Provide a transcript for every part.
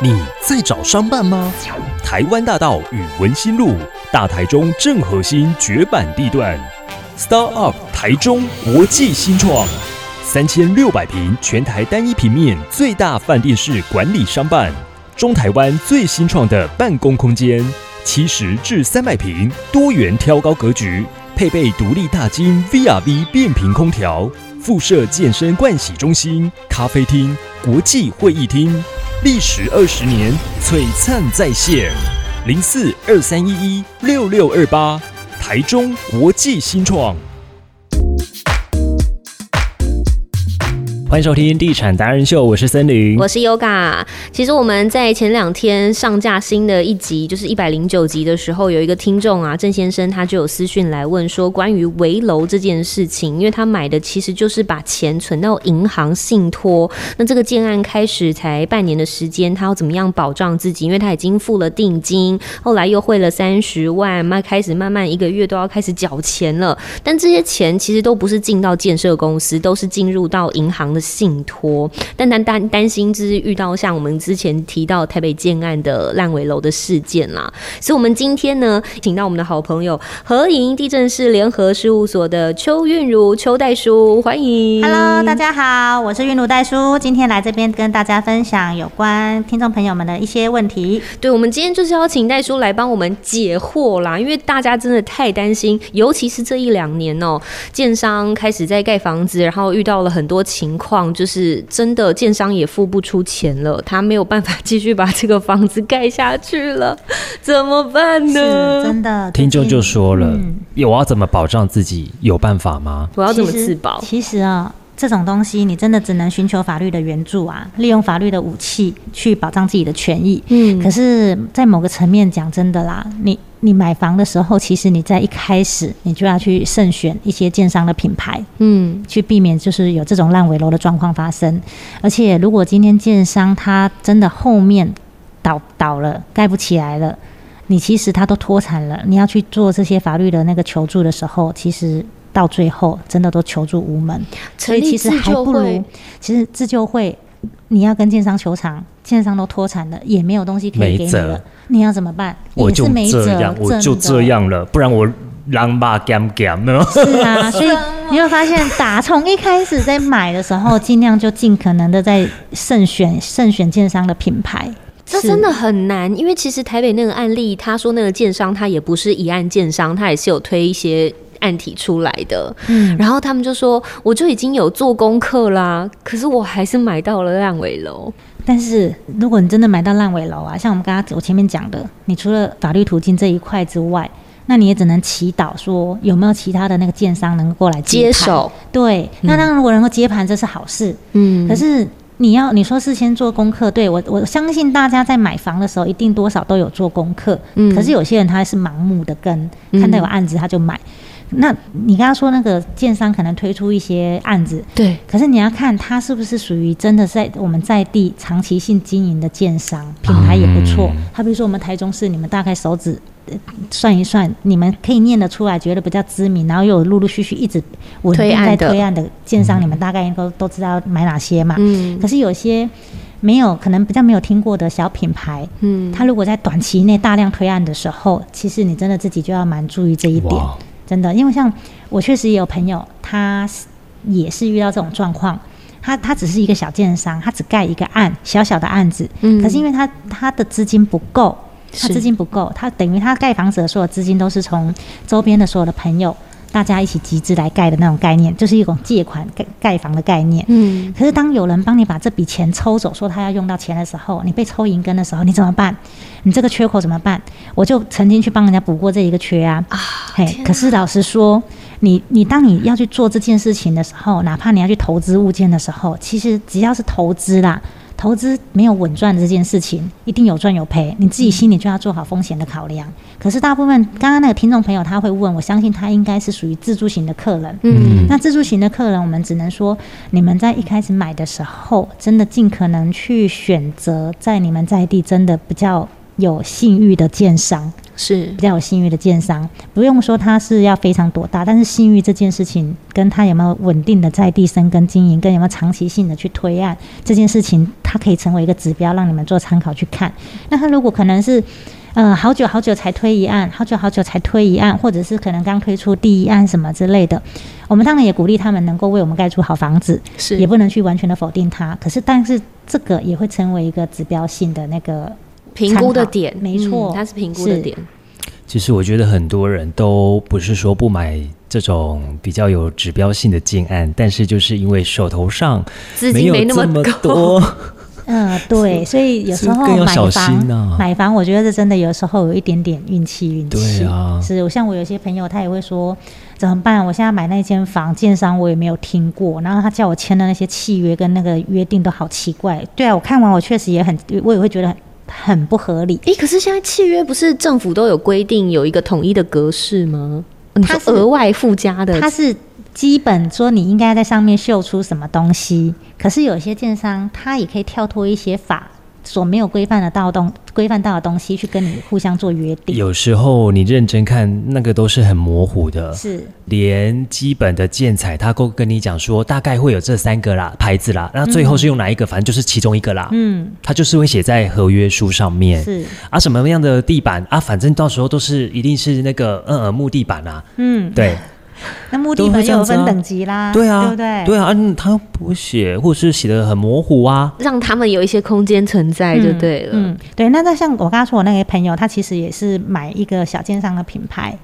你在找商办吗？台湾大道与文心路，大台中正核心绝版地段，Star Up 台中国际新创，三千六百平全台单一平面最大饭店式管理商办，中台湾最新创的办公空间，七十至三百平多元挑高格局，配备独立大金 VRV 变频空调，附设健身盥洗中心、咖啡厅、国际会议厅。历时二十年，璀璨再现。零四二三一一六六二八，台中国际新创。欢迎收听《地产达人秀》，我是森林我。是 Yoga。其实我们在前两天上架新的一集，就是一百零九集的时候，有一个听众啊，郑先生他就有私讯来问说，关于围楼这件事情，因为他买的其实就是把钱存到银行信托，那这个建案开始才半年的时间，他要怎么样保障自己？因为他已经付了定金，后来又汇了三十万，慢开始慢慢一个月都要开始缴钱了。但这些钱其实都不是进到建设公司，都是进入到银行的信托。但担担担心就是遇到像我们之前提到台北建案的烂尾楼的事件啦，所以我们今天呢，请到我们的好朋友和盈地震市联合事务所的邱韵如邱代书，欢迎。 Hello，大家好，我是韵如代叔，今天来这边跟大家分享有关听众朋友们的一些问题。对，我们今天就是要请戴叔来帮我们解惑啦，因为大家真的太担心，尤其是这一两年哦、建商开始在盖房子，然后遇到了很多情况，就是真的建商也付不出钱了，他没有办法继续把这个房子盖下去了，怎么办是啊呢？真的，听众就最近说了嗯，有啊我要怎么保障自己？有办法吗？我要怎么其实自保？其实啊、这种东西你真的只能寻求法律的援助啊，利用法律的武器去保障自己的权益。嗯可是，在某个层面讲真的啦，你你买房的时候，其实你在一开始你就要去慎选一些建商的品牌，嗯去避免就是有这种烂尾楼的状况发生。而且，如果今天建商他真的后面倒倒了，盖不起来了，你其实他都脱产了，你要去做这些法律的那个求助的时候，其实。到最后，真的都求助无门，所以其实还不成立自救如会，其实自救会，你要跟建商求偿，建商都脱产了，也没有东西可以给没你辙了，你要怎么办？我也就是没辙，这样，我就真的这样了，不然我狼吧 gam gam 呢？是啊，所以你会发现，打从一开始在买的时候，尽量就尽可能的在慎选慎选建商的品牌。这是真的很难，因为其实台北那个案例，他说那个建商他也不是一案建商，他也是有推一些案体出来的。嗯然后他们就说，我就已经有做功课啦，可是我还是买到了烂尾楼。但是如果你真的买到烂尾楼啊，像我们刚刚我前面讲的，你除了法律途径这一块之外，那你也只能祈祷说有没有其他的那个建商能够过来接盘手。对，那当然如果能够接盘，这是好事。嗯可是你要你说事先做功课，对我我相信大家在买房的时候一定多少都有做功课，嗯可是有些人他是盲目的跟，嗯看到有案子他就买。那你刚刚说那个建商可能推出一些案子，对，可是你要看它是不是属于真的在我们在地长期性经营的建商，品牌也不错。好、比如说我们台中市，你们大概手指。呃算一算，你们可以念得出来，觉得比较知名，然后又有陆陆续续一直稳定推案在的推案的建商，你们大概都都知道买哪些嘛。嗯可是有些没有，可能比较没有听过的小品牌，嗯，它如果在短期内大量推案的时候，其实你真的自己就要蛮注意这一点哇，真的，因为像我确实也有朋友，他是也是遇到这种状况。他他只是一个小建商，他只盖一个案，小小的案子，嗯可是因为他他的资金不够，他是资金不够，他等于他盖房子的所有资金都是从周边的所有的朋友大家一起集资来盖的那种概念，就是一种借款盖盖房的概念。嗯可是当有人帮你把这笔钱抽走，说他要用到钱的时候，你被抽银根的时候，你怎么办？你这个缺口怎么办？我就曾经去帮人家补过这一个缺啊。啊，嘿天，可是老实说，你你当你要去做这件事情的时候，哪怕你要去投资物件的时候，其实只要是投资啦，投资没有稳赚这件事情，一定有赚有赔，你自己心里就要做好风险的考量。可是大部分刚刚那个听众朋友他会问，我相信他应该是属于自助型的客人，嗯那自助型的客人，我们只能说，你们在一开始买的时候，真的尽可能去选择在你们在地真的比较有信誉的建商，是比较有信誉的建商，不用说他是要非常多大，但是信誉这件事情跟他有没有稳定的在地生根经营，跟有没有长期性的去推案这件事情，它可以成为一个指标，让你们做参考去看。那他如果可能是。呃，好久好久才推一案，好久好久才推一案，或者是可能刚推出第一案什么之类的，我们当然也鼓励他们能够为我们盖出好房子，是也不能去完全的否定它。可是，但是这个也会成为一个指标性的那个评估的点，参考没错嗯它是评估的是点，其实我觉得很多人都不是说不买这种比较有指标性的建案，但是就是因为手头上资没金有没那这么够，多，嗯，对，所以有时所以候更要买小房、心啊买房，我觉得这真的有时候有一点点运气，运气。对啊是我像我有些朋友，他也会说怎么办？我现在买那间房，建商我也没有听过，然后他叫我签的那些契约跟那个约定都好奇怪。对啊，我看完我确实也很，我也会觉得很很不合理。诶，可是现在契约不是政府都有规定有一个统一的格式吗？你说它是额外附加的，它是基本说你应该在上面秀出什么东西，可是有些建商他也可以跳脱一些法所没有规范得到的东规范到的东西去跟你互相做约定。有时候你认真看，那个都是很模糊的。是。连基本的建材，他都跟你讲说大概会有这三个啦牌子啦，那最后是用哪一个，反正就是其中一个啦。嗯，他就是会写在合约书上面是，啊，什么样的地板啊，反正到时候都是一定是那个嗯呃木地板啊，嗯，对那目都的会本这样又有子啊分等级啦，对啊，对不对？对啊，嗯，他不写，或者是写的很模糊啊，让他们有一些空间存在就对了。嗯，对。那那像我刚刚说我那个朋友，他其实也是买一个小建商的品牌，哎、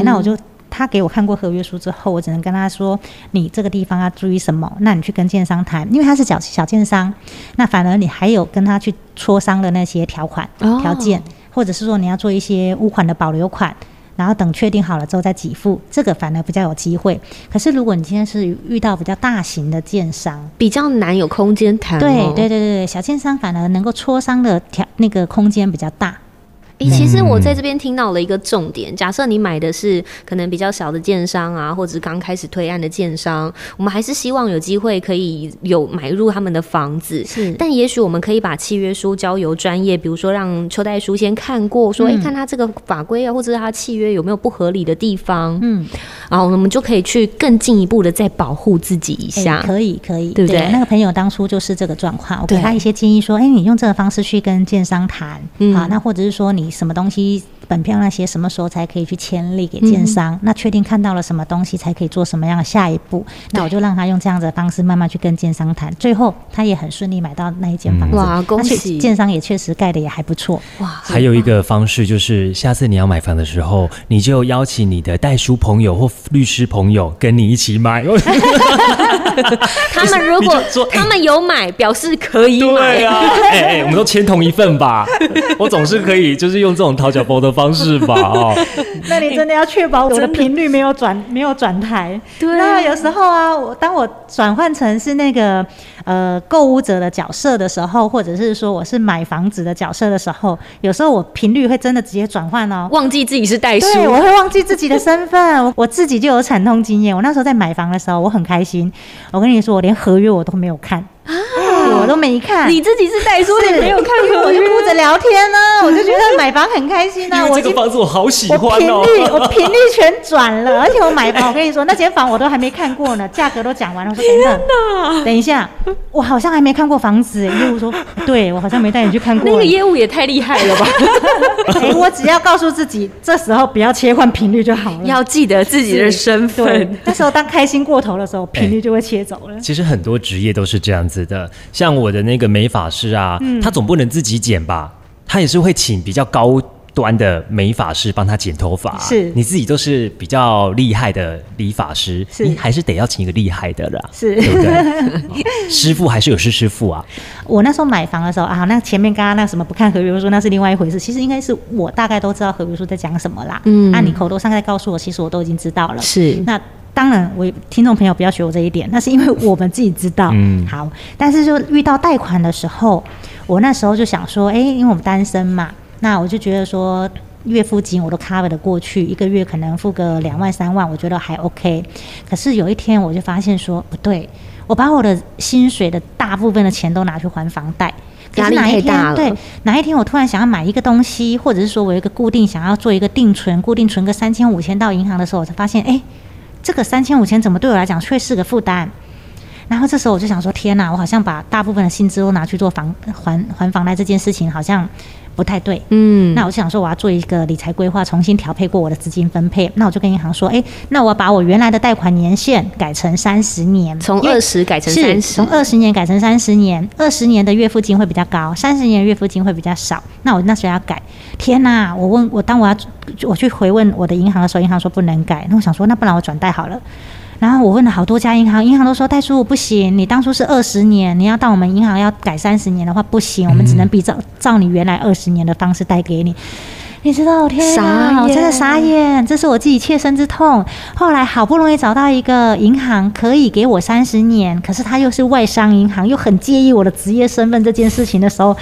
嗯那我就。他给我看过合约书之后，我只能跟他说：“你这个地方要注意什么？那你去跟建商谈，因为他是小小建商，那反而你还有跟他去磋商的那些条款、哦嗯条件，或者是说你要做一些屋款的保留款，然后等确定好了之后再给付，这个反而比较有机会。可是如果你今天是遇到比较大型的建商，比较难有空间谈、对哦。对对对，小建商反而能够磋商的条那个空间比较大。诶其实我在嗯这边听到了一个重点，假设你买的是可能比较小的建商啊，或者是刚开始推案的建商，我们还是希望有机会可以有买入他们的房子。是但也许我们可以把契约书交由专业，比如说让邱代书先看过，说，诶，嗯看他这个法规啊，或者是他契约有没有不合理的地方，嗯，然后我们就可以去更进一步的再保护自己一哎下。可以可以，对不对那个朋友当初就是这个状况，我对给他一些建议说，哎、你用这个方式去跟建商谈，嗯好，那或者是说你什么东西本票那些什么时候才可以去签立给建商，嗯那确定看到了什么东西才可以做什么样的下一步，那我就让他用这样子的方式慢慢去跟建商谈，最后他也很顺利买到那一间房嗯子，哇恭喜那确建商也确实盖的也还不错，哇，还有一个方式就是，下次你要买房的时候，你就邀请你的代书朋友或律师朋友跟你一起 买。啊他们如你果就说哎他们有买，表示可以买对。啊，哎、哎，我们都签同一份 吧。我总是可以就是用这种讨巧包的方式吧，哦， 那你真的要确保我的频率没有转没有转台。对啊那有时候啊，我当我转换成是那个呃购物者的角色的时候，或者是说我是买房子的角色的时候，有时候我频率会真的直接转换哦。忘记自己是代书，对，我会忘记自己的身份，我我自己就有惨痛经验。我那时候在买房的时候，我很开心。我跟你说，我连合约我都没有看，我都没看。啊你自己是代书，是你没有看因为合我就约，顾着聊天呢、我就觉得买房很开心因啊。为我已这经个房子我好喜我欢频哦。率我频率全转 了，而且我买房，我跟你说，那间房我都还没看过呢，价格都讲完了。我说等等，等一下，我好像还没看过房子耶。业 务说，对我好像没带你去看过。那个业务也太厉害了吧！哎，我只要告诉自己，这时候不要切换频率就好了。 要记得自己的身对份，，那时候当开心过头的时候，频率就会 切走了。其实很多职业都是这样子的，像我的那个美发师啊，嗯他总不能自己剪吧，他也是会请比较高端的美发师帮他剪头发、啊是你自己都是比较厉害的理发师，是你还是得要请一个厉害的啦，是对不 对？师傅还是有是师傅啊，我那时候买房的时候啊，那前面刚刚那什么不看合约书，那是另外一回事。其实应该是我大概都知道合约书在讲什么啦。嗯啊，你口头上在告诉我，其实我都已经知道了。是那当然，我听众朋友不要学我这一点，那是因为我们自己知道。嗯好，但是就遇到贷款的时候，我那时候就想说，哎、因为我们单身嘛，那我就觉得说。月付金我都 cover 的过去，一个月可能付个两万三万，我觉得还 OK。可是有一天我就发现说不对，我把我的薪水的大部分的钱都拿去还房贷，可是压力哪一太天大了对，哪一天我突然想要买一个东西，或者是说我有一个固定想要做一个定存，固定存个三千五千到银行的时候，我才发现，哎，这个三千五千怎么对我来讲却是个负担。然后这时候我就想说，天哪，我好像把大部分的薪资都拿去做房还还房贷这件事情，好像不太对。嗯，那我就想说，我要做一个理财规划，重新调配过我的资金分配。那我就跟银行说，哎，那我把我原来的贷款年限改成三十年，从因为二十改成是三十从，二十年改成三十年，二十年的月付金会比较高，三十年的月付金会比较少。那我那时候要改，天哪！我问我当我要我去回问我的银行的时候，银行说不能改。那我想说，那不然我转贷好了。然后我问了好多家银行，银行都说戴叔不行，你当初是二十年，你要到我们银行要改三十年的话不行，我们只能比照照你原来二十年的方式贷给你。你知道，天傻哪，我真的眼傻眼，这是我自己切身之痛。后来好不容易找到一个银行可以给我三十年，可是他又是外商银行，又很介意我的职业身份这件事情的时候，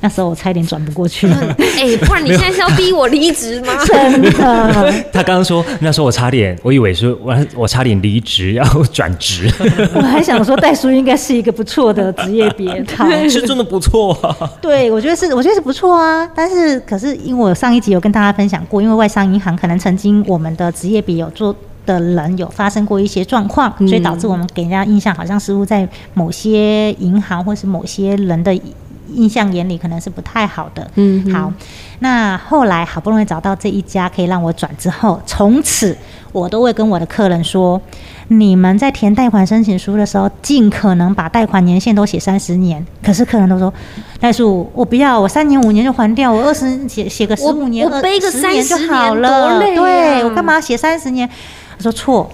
那时候我差一点转不过去，哎、不然你现在是要逼我离职吗？真的，他刚刚说，那时候我差点，我以为是我我差点离职要转 职， 我还想说代书应该是一个不错的职业别 套。哦是真的不错啊。对，我觉得是，我觉得是不错啊。但是，可是因为我上一集有跟大家分享过，因为外商银行可能曾经我们的职业比有做的人有发生过一些状况，所以导致我们给人家印象好像似乎在某些银行或是某些人的印象眼里可能是不太好的。嗯哼好，那后来好不容易找到这一家可以让我转之后，从此我都会跟我的客人说，你们在填贷款申请书的时候，尽可能把贷款年限都写三十年。可是客人都说，但是我不要，我三年五年就还掉，我二十写写个十我五年，我背个20年就30年好了，多累对啊我干嘛写三十年？我说错，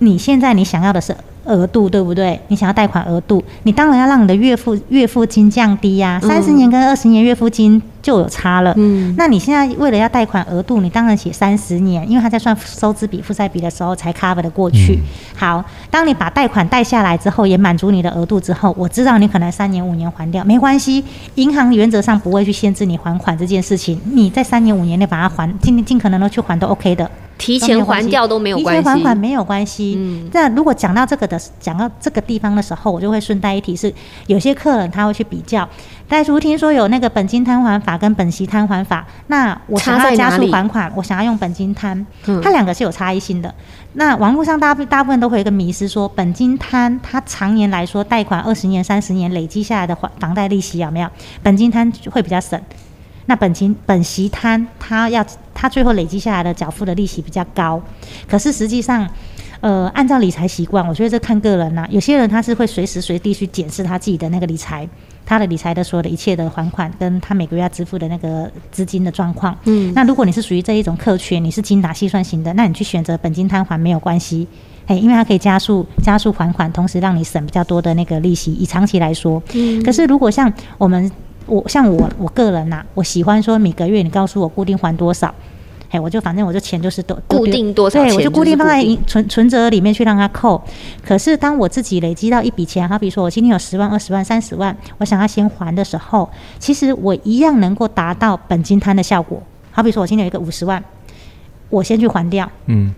你现在你想要的是额度，对不对？你想要贷款额度，你当然要让你的月付月付金降低呀、三十年跟二十年月付金就有差了。嗯那你现在为了要贷款额度，你当然写三十年，因为他在算收支比、负债比的时候才 cover 的过去。好，当你把贷款贷下来之后，也满足你的额度之后，我知道你可能三年、五年还掉，没关系，银行原则上不会去限制你还款这件事情，你在三年、五年内把它还，尽尽可能的去还都 OK 的。提提前还掉都没有关提前还款系。没有关系。嗯那如果讲到这个的，讲到这个地方的时候，我就会顺带一提是，有些客人他会去比较，但是听说有那个本金摊还法跟本息摊还法，那我想差在哪要加里速还款，我想要用本金摊，嗯它两个是有差异性的。那网络上大部大部分都会有一个迷失说本金摊它常年来说贷款二十年、三十年累积下来的还房贷利息有没有？本金摊会比较省。那本金本息摊，它要它最后累积下来的缴付的利息比较高，可是实际上，呃，按照理财习惯，我觉得这看个人啦、有些人他是会随时随地去检视他自己的那个理财，他的理财的所有的一切的还款跟他每个月要支付的那个资金的状况。嗯那如果你是属于这一种客群，你是精打细算型的，那你去选择本金摊还没有关系。哎，因为它可以加速加速还款，同时让你省比较多的那个利息。以长期来说，嗯可是如果像我们，我像我我个人呐、啊我喜欢说每个月你告诉我固定还多少，哎，我就反正我就钱就是都都固丢定多少对，我钱就就固定是放固在定银存存折里面去让它扣。可是当我自己累积到一笔钱，好比说我今天有十万、二十万、三十万，我想要先还的时候，其实我一样能够达到本金摊的效果。好比说我今天有一个五十万，我先去还掉，嗯，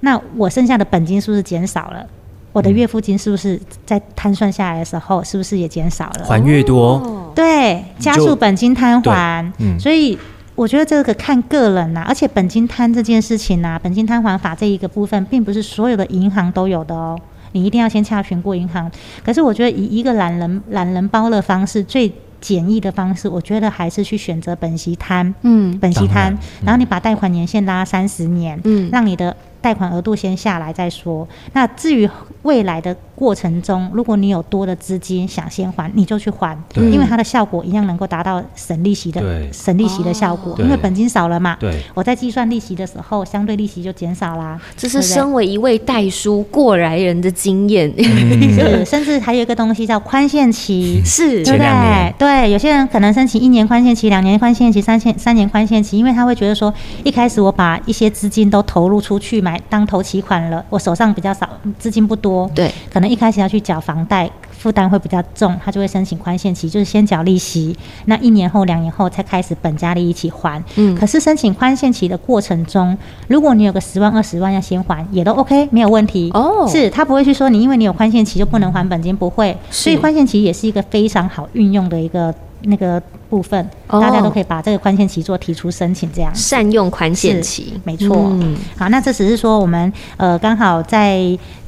那我剩下的本金是不是减少了？我的月付金是不是在摊算下来的时候，是不是也减少了？还越多，哦对，加就速本金摊还，对嗯所以。我觉得这个看个人呐、啊而且本金摊这件事情呐、本金摊还法这一个部分，并不是所有的银行都有的哦。你一定要先洽询过银行。可是我觉得以一个懒人懒人包的方式，最简易的方式，我觉得还是去选择本息摊。嗯本息当然摊，然后你把贷款年限拉三十年，嗯让你的贷款额度先下来再说。那至于未来的过程中，如果你有多的资金想先还，你就去还，对因为它的效果一样能够达到省利息的对省利息的效果哦，因为对本金少了嘛。对我在计算利息的时候，相对利息就减少啦。这对是不对身为一位代书过来人的经验，。嗯是，甚至还有一个东西叫宽限期 是对前不两年对？对，有些人可能申请一年宽限期、两年宽限期、三限三年宽限期，因为他会觉得说，一开始我把一些资金都投入出去买当头期款了，我手上比较少，资金不多，对，可能一开始要去缴房贷，负担会比较重，他就会申请宽限期，就是先缴利息，那一年后、两年后才开始本加利一起还。嗯可是申请宽限期的过程中，如果你有个十万、二十万要先还，也都 OK，没有问题。哦是他不会去说你因为你有宽限期就不能还本金，不会。所以是宽限期也是一个非常好运用的一个那个部分，哦大家都可以把这个宽限期做提出申请，这样善用宽限是期，没错。嗯好，那这只是说我们呃刚好在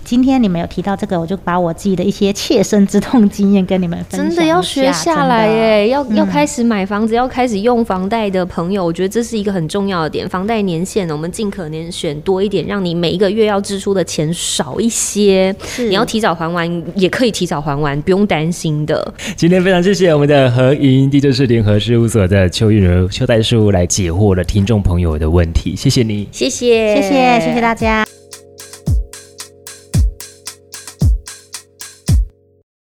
今天你们有提到这个，我就把我自己的一些切身之痛经验跟你们分享一真的要学下来真的耶，要要嗯开始买房子，要开始用房贷的朋友，我觉得这是一个很重要的点。房贷年限呢，我们尽可能选多一点，让你每一个月要支出的钱少一些。是你要提早还完，也可以提早还完，不用担心的。今天非常谢谢我们的合营地震市联合事务所的邱玉茹邱代叔来解惑了听众朋友的问题，谢谢你。谢谢，谢谢谢谢大家。